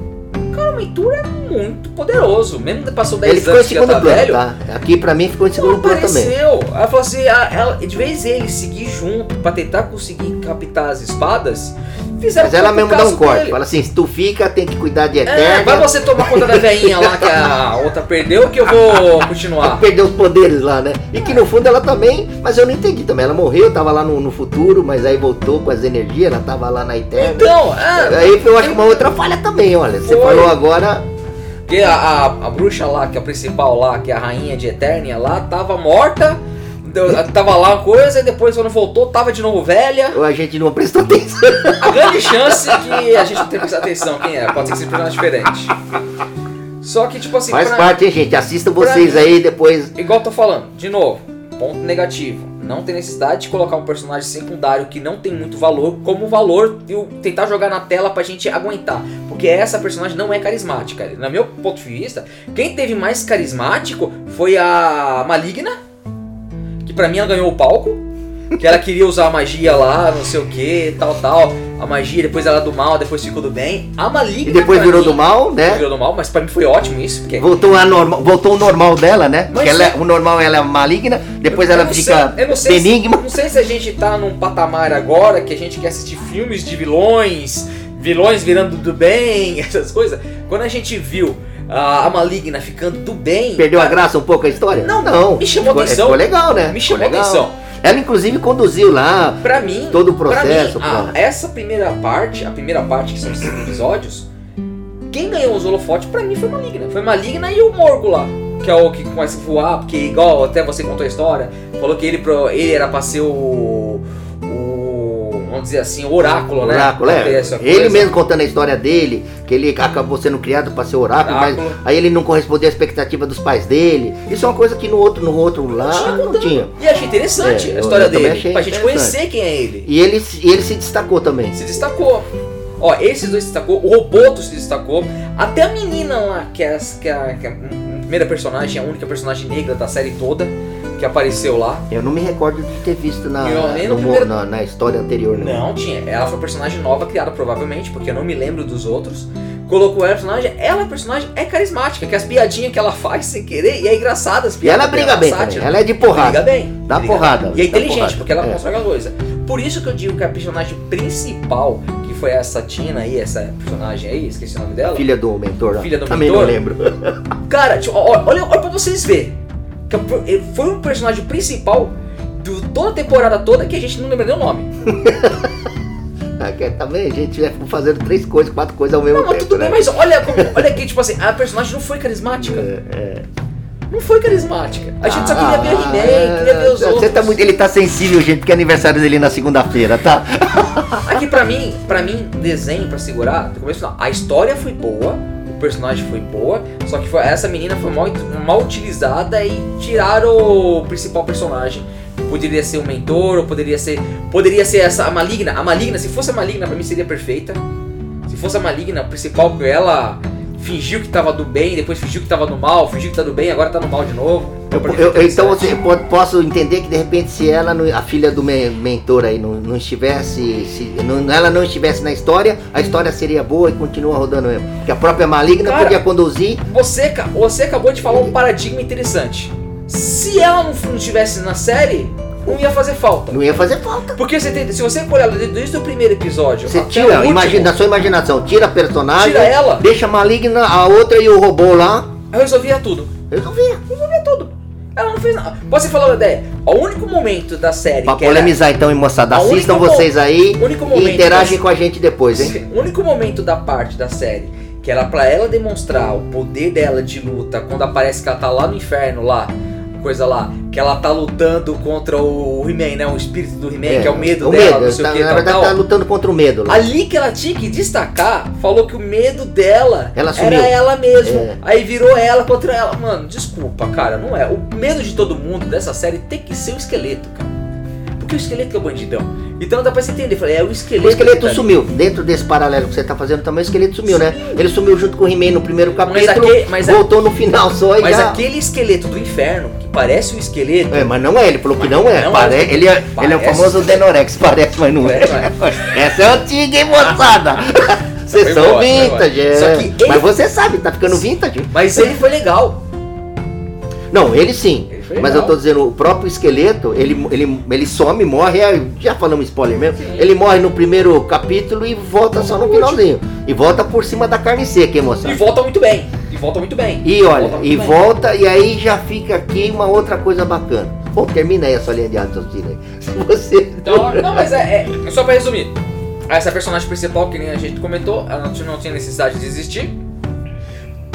[SPEAKER 2] Cara, o Mentor é muito poderoso. Mesmo que passou 10
[SPEAKER 3] Ele ficou em
[SPEAKER 2] anos que já
[SPEAKER 3] segundo
[SPEAKER 2] tá
[SPEAKER 3] plano,
[SPEAKER 2] velho.
[SPEAKER 3] tá? Aqui pra mim ficou em
[SPEAKER 2] Não
[SPEAKER 3] segundo plano também.
[SPEAKER 2] apareceu. Ela falou assim, a- ela- de vez ele seguir junto pra tentar conseguir captar as espadas, fizeram
[SPEAKER 3] Mas ela
[SPEAKER 2] com que o
[SPEAKER 3] mesmo dá um
[SPEAKER 2] caso
[SPEAKER 3] corte.
[SPEAKER 2] dele-
[SPEAKER 3] Fala assim, se tu fica, tem que cuidar de
[SPEAKER 2] É, vai
[SPEAKER 3] Eterna.
[SPEAKER 2] você tomar conta da veinha lá que a outra perdeu que eu vou continuar.
[SPEAKER 3] perdeu os poderes lá, né? E
[SPEAKER 2] É.
[SPEAKER 3] que no fundo ela também, mas eu não entendi também. Ela morreu, tava lá no, no futuro, mas aí voltou com as energias, ela tava lá na Eterna.
[SPEAKER 2] Então, é,
[SPEAKER 3] Aí eu acho que uma outra falha também, olha. Você
[SPEAKER 2] Foi.
[SPEAKER 3] falou agora,
[SPEAKER 2] Porque a, a, a bruxa lá, que é a principal lá, que é a rainha de Eternia lá, tava morta, deu- tava lá uma coisa, e depois quando voltou, tava de novo velha.
[SPEAKER 3] Ou a gente não prestou atenção.
[SPEAKER 2] A grande chance é que a gente não tem prestado atenção quem é, pode ser que seja um personagem diferente. Só que, tipo assim,
[SPEAKER 3] Faz
[SPEAKER 2] pra-
[SPEAKER 3] parte, hein, gente? Assistam vocês
[SPEAKER 2] pra-
[SPEAKER 3] aí depois.
[SPEAKER 2] igual eu tô falando, de novo, ponto negativo. Não tem necessidade de colocar um personagem secundário que não tem muito valor como valor e o- tentar jogar na tela pra gente aguentar. Porque essa personagem não é carismática. Na meu ponto de vista, quem teve mais carismático foi a Maligna, que pra mim ela ganhou o palco. Que ela queria usar a magia lá, não sei o que, tal, tal. A magia, depois ela é do mal, depois ficou do bem. A Maligna.
[SPEAKER 3] E depois
[SPEAKER 2] pra
[SPEAKER 3] virou
[SPEAKER 2] mim-
[SPEAKER 3] do mal, né?
[SPEAKER 2] Virou do mal, mas pra mim foi ótimo isso. Porque
[SPEAKER 3] Voltou, a normal, voltou o normal dela, né? Porque
[SPEAKER 2] Mas
[SPEAKER 3] ela,
[SPEAKER 2] se-
[SPEAKER 3] o normal ela é maligna, depois
[SPEAKER 2] Eu
[SPEAKER 3] ela
[SPEAKER 2] não sei-
[SPEAKER 3] fica
[SPEAKER 2] eu não sei se-
[SPEAKER 3] benigna.
[SPEAKER 2] não sei se a gente tá num patamar agora que a gente quer assistir filmes de vilões, vilões virando do bem, essas coisas. Quando a gente viu ah, a Maligna ficando do bem.
[SPEAKER 3] Perdeu a
[SPEAKER 2] cara,
[SPEAKER 3] graça um pouco a história?
[SPEAKER 2] Não,
[SPEAKER 3] não.
[SPEAKER 2] me chamou
[SPEAKER 3] ficou,
[SPEAKER 2] atenção.
[SPEAKER 3] Ficou legal, né?
[SPEAKER 2] Me
[SPEAKER 3] Ficou
[SPEAKER 2] chamou
[SPEAKER 3] legal.
[SPEAKER 2] atenção.
[SPEAKER 3] Ela inclusive conduziu lá.
[SPEAKER 2] Pra mim.
[SPEAKER 3] Todo o
[SPEAKER 2] pra mim, Ah, é,
[SPEAKER 3] processo,
[SPEAKER 2] a-
[SPEAKER 3] pô.
[SPEAKER 2] essa primeira parte, a primeira parte que são esses episódios, quem ganhou os holofotes pra mim foi Maligna. Foi Maligna e o Morgo lá. Que é o que começa a voar, porque igual até você contou a história, falou que ele, pro- ele era pra ser o. o. vamos dizer assim, o oráculo, né?
[SPEAKER 3] Oráculo,
[SPEAKER 2] Pra
[SPEAKER 3] é.
[SPEAKER 2] ter essa
[SPEAKER 3] Ele
[SPEAKER 2] coisa.
[SPEAKER 3] mesmo contando a história dele, que ele acabou sendo criado para ser oráculo,
[SPEAKER 2] Oráculo.
[SPEAKER 3] mas aí ele não correspondeu à expectativa dos pais dele. Isso é uma coisa que no outro, no outro lá
[SPEAKER 2] tinha
[SPEAKER 3] não
[SPEAKER 2] contado.
[SPEAKER 3] tinha.
[SPEAKER 2] E achei interessante
[SPEAKER 3] É,
[SPEAKER 2] a
[SPEAKER 3] eu-
[SPEAKER 2] história
[SPEAKER 3] eu também
[SPEAKER 2] dele,
[SPEAKER 3] achei
[SPEAKER 2] pra gente
[SPEAKER 3] interessante.
[SPEAKER 2] conhecer quem é ele.
[SPEAKER 3] E ele, se- e ele se destacou também.
[SPEAKER 2] Se destacou. Ó, esses dois se destacou, o Roboto se destacou, até a menina lá, que é, as- que é, a- que é a primeira personagem, a única personagem negra da série toda, que apareceu lá.
[SPEAKER 3] Eu não me recordo de ter visto na,
[SPEAKER 2] Eu nem
[SPEAKER 3] no
[SPEAKER 2] no
[SPEAKER 3] mo-
[SPEAKER 2] primeiro-
[SPEAKER 3] na, na história anterior.
[SPEAKER 2] Não tinha. Ela foi uma personagem nova criada, provavelmente, porque eu não me lembro dos outros. Colocou ela personagem. Ela, personagem, é carismática, que as piadinhas que ela faz sem querer, e é engraçada as
[SPEAKER 3] E ela
[SPEAKER 2] piadas.
[SPEAKER 3] briga
[SPEAKER 2] dela,
[SPEAKER 3] bem
[SPEAKER 2] sátira.
[SPEAKER 3] também. Ela é de porrada.
[SPEAKER 2] Briga bem.
[SPEAKER 3] Dá
[SPEAKER 2] briga.
[SPEAKER 3] porrada.
[SPEAKER 2] E é
[SPEAKER 3] dá
[SPEAKER 2] inteligente,
[SPEAKER 3] porrada.
[SPEAKER 2] porque ela
[SPEAKER 3] É.
[SPEAKER 2] constrói a coisa. Por isso que eu digo que a personagem principal, que foi essa Tina aí, essa personagem aí, esqueci o nome dela.
[SPEAKER 3] Filha do mentor. lá.
[SPEAKER 2] Filha do
[SPEAKER 3] Também
[SPEAKER 2] mentor?
[SPEAKER 3] não lembro.
[SPEAKER 2] Cara, tipo, ó, ó, olha, olha pra vocês verem. Que eu- Foi um personagem principal de toda a temporada toda que a gente não lembra nem o nome.
[SPEAKER 3] Ah, que Também a gente vai fazendo três coisas, quatro coisas ao mesmo
[SPEAKER 2] Não, mas
[SPEAKER 3] tempo.
[SPEAKER 2] tudo
[SPEAKER 3] né?
[SPEAKER 2] bem, mas olha, como, olha aqui, tipo assim, a personagem não foi carismática.
[SPEAKER 3] É,
[SPEAKER 2] Não foi carismática. A gente só queria ver a He-Man, queria ver os
[SPEAKER 3] você
[SPEAKER 2] outros.
[SPEAKER 3] Tá muito, ele tá sensível, gente, porque é aniversário dele na segunda-feira, tá?
[SPEAKER 2] Aqui É pra mim, para mim, desenho pra segurar, do começo ao final. A história foi boa, o personagem foi boa, só que foi- essa menina foi mal, mal utilizada e tiraram o principal personagem. Poderia ser um mentor, ou poderia ser. Poderia ser essa a maligna. A maligna, se fosse a maligna, pra mim seria perfeita. Se fosse a maligna, a principal que ela fingiu que tava do bem, depois fingiu que tava do mal, fingiu que tá do bem, agora tá no mal de novo. tá
[SPEAKER 3] Eu-
[SPEAKER 2] Pra mim
[SPEAKER 3] eu-
[SPEAKER 2] foi
[SPEAKER 3] então
[SPEAKER 2] interessante.
[SPEAKER 3] você po- posso entender que de repente se ela, não- a filha do me- mentor aí não, não estivesse, se não- ela não estivesse na história, a história seria boa e continua rodando mesmo. Que a própria maligna
[SPEAKER 2] Cara,
[SPEAKER 3] podia conduzir.
[SPEAKER 2] Você, ca- você acabou de falar um paradigma interessante. Se ela não f- não estivesse na série, não ia fazer falta.
[SPEAKER 3] Não ia fazer falta.
[SPEAKER 2] Porque você tem- se você for ela desde, desde o primeiro episódio,
[SPEAKER 3] Você
[SPEAKER 2] até o
[SPEAKER 3] tira,
[SPEAKER 2] último,
[SPEAKER 3] imagina, na sua imaginação, tira a personagem,
[SPEAKER 2] Tira ela.
[SPEAKER 3] deixa a maligna, a outra e o robô lá.
[SPEAKER 2] eu resolvia tudo.
[SPEAKER 3] Eu não via.
[SPEAKER 2] Resolvia tudo. Ela não fez nada. Posso falar uma ideia? O único momento da série
[SPEAKER 3] Pra
[SPEAKER 2] que era-
[SPEAKER 3] polemizar então, hein, moçada,
[SPEAKER 2] A
[SPEAKER 3] assistam
[SPEAKER 2] única mo-
[SPEAKER 3] vocês aí
[SPEAKER 2] o único
[SPEAKER 3] e
[SPEAKER 2] Um momento
[SPEAKER 3] interagem
[SPEAKER 2] da-
[SPEAKER 3] com a gente depois, hein?
[SPEAKER 2] O único momento da parte da série que era pra ela demonstrar o poder dela de luta quando aparece que ela tá lá no inferno lá, coisa lá, que ela tá lutando contra o He-Man, né? O espírito do He-Man, que é o medo dela, não sei
[SPEAKER 3] tá-
[SPEAKER 2] o que,
[SPEAKER 3] na
[SPEAKER 2] tal,
[SPEAKER 3] verdade
[SPEAKER 2] tal.
[SPEAKER 3] tá lutando contra o medo lá.
[SPEAKER 2] Ali que ela tinha que destacar, falou que o medo dela
[SPEAKER 3] Ela sumiu.
[SPEAKER 2] era ela mesma.
[SPEAKER 3] É.
[SPEAKER 2] Aí virou ela contra ela. Mano, desculpa, cara, não é. O medo de todo mundo dessa série tem que ser o esqueleto, cara. Porque o esqueleto que é o bandidão. Então dá pra você entender. Falei, é o esqueleto.
[SPEAKER 3] O
[SPEAKER 2] que
[SPEAKER 3] esqueleto
[SPEAKER 2] tá ali.
[SPEAKER 3] sumiu. Dentro desse paralelo que você tá fazendo também, o esqueleto sumiu, né? Ele sumiu junto com o He-Man no primeiro
[SPEAKER 2] Mas,
[SPEAKER 3] capítulo,
[SPEAKER 2] aquele, mas, a-
[SPEAKER 3] voltou no final só e
[SPEAKER 2] mas
[SPEAKER 3] já...
[SPEAKER 2] aquele esqueleto do inferno, que parece um esqueleto.
[SPEAKER 3] É, mas não é, ele falou que
[SPEAKER 2] Mas
[SPEAKER 3] não é.
[SPEAKER 2] não é.
[SPEAKER 3] Pare- Ele, é ele é o
[SPEAKER 2] Parece.
[SPEAKER 3] famoso Denorex, parece, mas não é.
[SPEAKER 2] É, mas-
[SPEAKER 3] Essa é antiga, hein, moçada? Vocês
[SPEAKER 2] Foi
[SPEAKER 3] são
[SPEAKER 2] boa, foi
[SPEAKER 3] vintage,
[SPEAKER 2] boa.
[SPEAKER 3] é.
[SPEAKER 2] Só que ele-
[SPEAKER 3] Mas você sabe, tá ficando vintage.
[SPEAKER 2] Mas ele foi legal.
[SPEAKER 3] Não, ele sim.
[SPEAKER 2] Ele foi
[SPEAKER 3] mas
[SPEAKER 2] legal.
[SPEAKER 3] eu tô dizendo, o próprio esqueleto, ele, ele, ele some, morre, aí, já falamos spoiler mesmo,
[SPEAKER 2] Sim.
[SPEAKER 3] ele morre no primeiro capítulo e volta só no finalzinho. E volta por cima da carne seca,
[SPEAKER 2] E
[SPEAKER 3] hein, moçada?
[SPEAKER 2] volta muito bem. E volta muito bem.
[SPEAKER 3] E olha,
[SPEAKER 2] muito
[SPEAKER 3] e
[SPEAKER 2] bem.
[SPEAKER 3] volta, e aí já fica aqui uma outra coisa bacana. Pô, termina aí essa linha de raciocínio aí. Se você...
[SPEAKER 2] Então, não, mas é, é- Só pra resumir. Essa personagem principal, que nem a gente comentou, ela não tinha- não tinha necessidade de existir.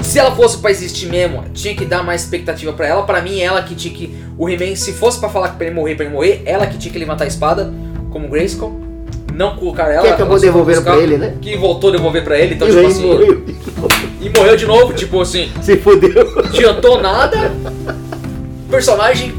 [SPEAKER 2] se ela fosse pra existir mesmo, tinha que dar mais expectativa pra ela. Pra mim, ela que tinha que. O He-Man, se fosse pra falar pra ele morrer, pra ele morrer, ela que tinha que levantar a espada, como Grayskull. Não colocar ela.
[SPEAKER 3] é que
[SPEAKER 2] ela
[SPEAKER 3] acabou
[SPEAKER 2] só foi
[SPEAKER 3] devolvendo
[SPEAKER 2] buscar,
[SPEAKER 3] pra ele, né?
[SPEAKER 2] Que voltou a devolver pra ele, então,
[SPEAKER 3] E
[SPEAKER 2] tipo
[SPEAKER 3] aí
[SPEAKER 2] assim.
[SPEAKER 3] morreu.
[SPEAKER 2] E morreu de novo, tipo assim.
[SPEAKER 3] Se fudeu.
[SPEAKER 2] adiantou nada. O personagem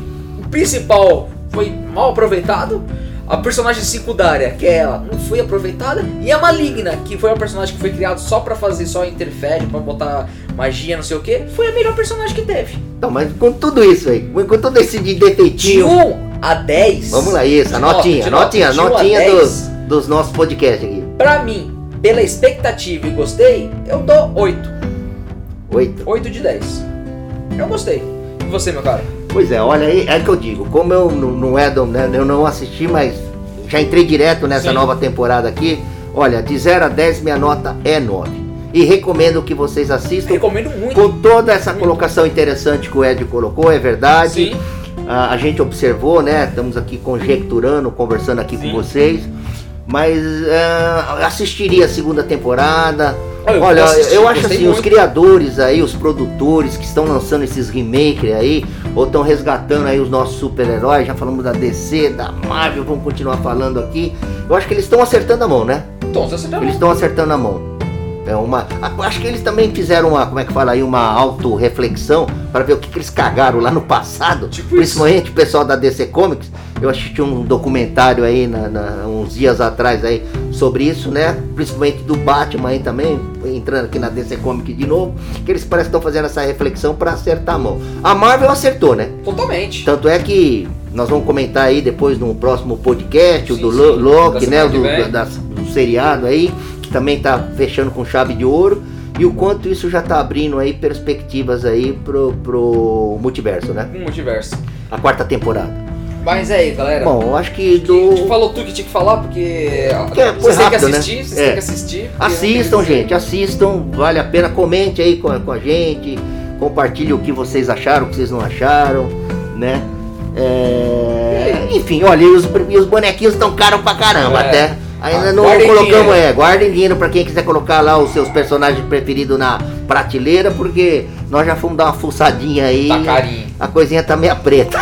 [SPEAKER 2] principal foi mal aproveitado. A personagem secundária, que é ela, não foi aproveitada. E a Maligna, que foi uma personagem que foi criada só pra fazer só interfere, pra botar magia, não sei o que, foi a melhor personagem que teve.
[SPEAKER 3] Então, mas com tudo isso aí, com todo esse de
[SPEAKER 2] De
[SPEAKER 3] detetive.
[SPEAKER 2] 1 a 10.
[SPEAKER 3] Vamos lá, isso, a
[SPEAKER 2] de nota,
[SPEAKER 3] notinha,
[SPEAKER 2] de nota,
[SPEAKER 3] notinha,
[SPEAKER 2] de um a
[SPEAKER 3] notinha
[SPEAKER 2] 10,
[SPEAKER 3] dos, dos nossos podcasts aqui.
[SPEAKER 2] Pra mim, pela expectativa e gostei, eu dou 8.
[SPEAKER 3] Oito.
[SPEAKER 2] 8 de 10. Eu gostei. E você, meu cara?
[SPEAKER 3] Pois é, olha aí, é que eu digo, como eu não, não é, do- né, eu não assisti, mas já entrei direto nessa
[SPEAKER 2] Sim.
[SPEAKER 3] nova temporada aqui. Olha, de 0 a 10 minha nota é 9. E recomendo que vocês assistam
[SPEAKER 2] Recomendo muito.
[SPEAKER 3] com toda essa colocação interessante que o Ed colocou, é verdade.
[SPEAKER 2] Sim.
[SPEAKER 3] A, a gente observou, né? Estamos aqui conjecturando, conversando aqui
[SPEAKER 2] Sim.
[SPEAKER 3] com vocês. Mas é, assistiria a segunda temporada.
[SPEAKER 2] Olha,
[SPEAKER 3] Olha,
[SPEAKER 2] eu
[SPEAKER 3] eu,
[SPEAKER 2] assisti,
[SPEAKER 3] acho
[SPEAKER 2] gostei
[SPEAKER 3] assim, os
[SPEAKER 2] muito.
[SPEAKER 3] criadores aí, os produtores que estão lançando esses remakes aí, ou estão resgatando aí os nossos super-heróis, já falamos da DC, da Marvel, vamos continuar falando aqui. Eu acho que eles estão acertando a mão, né?
[SPEAKER 2] Então, você tá
[SPEAKER 3] Eles estão acertando a mão. É uma. a- Acho que eles também fizeram uma, como é que fala aí, uma autorreflexão para ver o que, que eles cagaram lá no passado.
[SPEAKER 2] Tipo isso.
[SPEAKER 3] Principalmente o pessoal da DC Comics. Eu assisti um documentário aí na- na- uns dias atrás aí sobre isso, né? Principalmente do Batman aí também, entrando aqui na DC Comics de novo, que eles parecem que estão fazendo essa reflexão para acertar a mão. A Marvel acertou, né?
[SPEAKER 2] Totalmente.
[SPEAKER 3] Tanto é que nós vamos comentar aí depois no próximo podcast, o
[SPEAKER 2] Sim,
[SPEAKER 3] do
[SPEAKER 2] sim,
[SPEAKER 3] Lo-
[SPEAKER 2] da
[SPEAKER 3] Loki, né?
[SPEAKER 2] semana
[SPEAKER 3] o Do,
[SPEAKER 2] que vem.
[SPEAKER 3] da- do seriado aí, que também tá fechando com chave de ouro. E o quanto isso já tá abrindo aí perspectivas aí pro, pro multiverso, né?
[SPEAKER 2] Um multiverso.
[SPEAKER 3] A quarta temporada.
[SPEAKER 2] Mas é aí, galera.
[SPEAKER 3] Bom, eu acho que
[SPEAKER 2] Tu
[SPEAKER 3] do.
[SPEAKER 2] falou tu que tinha que falar, porque.
[SPEAKER 3] foi
[SPEAKER 2] vocês têm que
[SPEAKER 3] rápido, né?
[SPEAKER 2] assistir, vocês
[SPEAKER 3] É.
[SPEAKER 2] têm que assistir. porque
[SPEAKER 3] Assistam,
[SPEAKER 2] não tem-
[SPEAKER 3] gente, assistam, vale a pena. Comente aí com a, com a gente, compartilhe o que vocês acharam, o que vocês não acharam, né? É, Enfim, olha, e os, e os bonequinhos estão caros pra caramba,
[SPEAKER 2] É.
[SPEAKER 3] até. Ainda
[SPEAKER 2] Ah,
[SPEAKER 3] não
[SPEAKER 2] guardem dinheiro.
[SPEAKER 3] colocamos, é, guardem dinheiro pra quem quiser colocar lá os seus personagens preferidos na prateleira, porque nós já fomos dar uma fuçadinha aí.
[SPEAKER 2] Tá carinho.
[SPEAKER 3] a coisinha tá meia preta.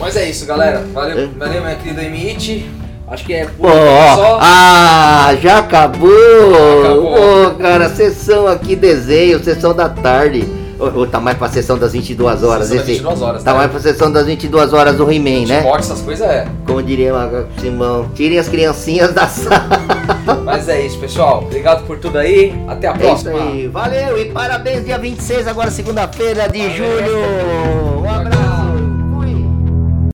[SPEAKER 2] Mas é isso, galera. Valeu,
[SPEAKER 3] É. Né?
[SPEAKER 2] valeu minha querida Emite. Acho que é por
[SPEAKER 3] Ó,
[SPEAKER 2] aqui
[SPEAKER 3] ó,
[SPEAKER 2] só.
[SPEAKER 3] ah, já acabou!
[SPEAKER 2] acabou.
[SPEAKER 3] Ô, cara, sessão aqui, desenho, sessão da tarde. Ô, ô, tá mais pra sessão das 22 horas,
[SPEAKER 2] Sessão das
[SPEAKER 3] esse.
[SPEAKER 2] 22 horas, né?
[SPEAKER 3] Tá mais pra sessão das 22 horas do He-Man, né?
[SPEAKER 2] Esporte, essas coisas é.
[SPEAKER 3] Como diria o Simão, tirem as criancinhas da sala.
[SPEAKER 2] Mas é isso, pessoal. Obrigado por tudo aí. Até a
[SPEAKER 3] É isso
[SPEAKER 2] próxima.
[SPEAKER 3] aí, valeu e parabéns, dia 26, agora segunda-feira de julho. Um abraço.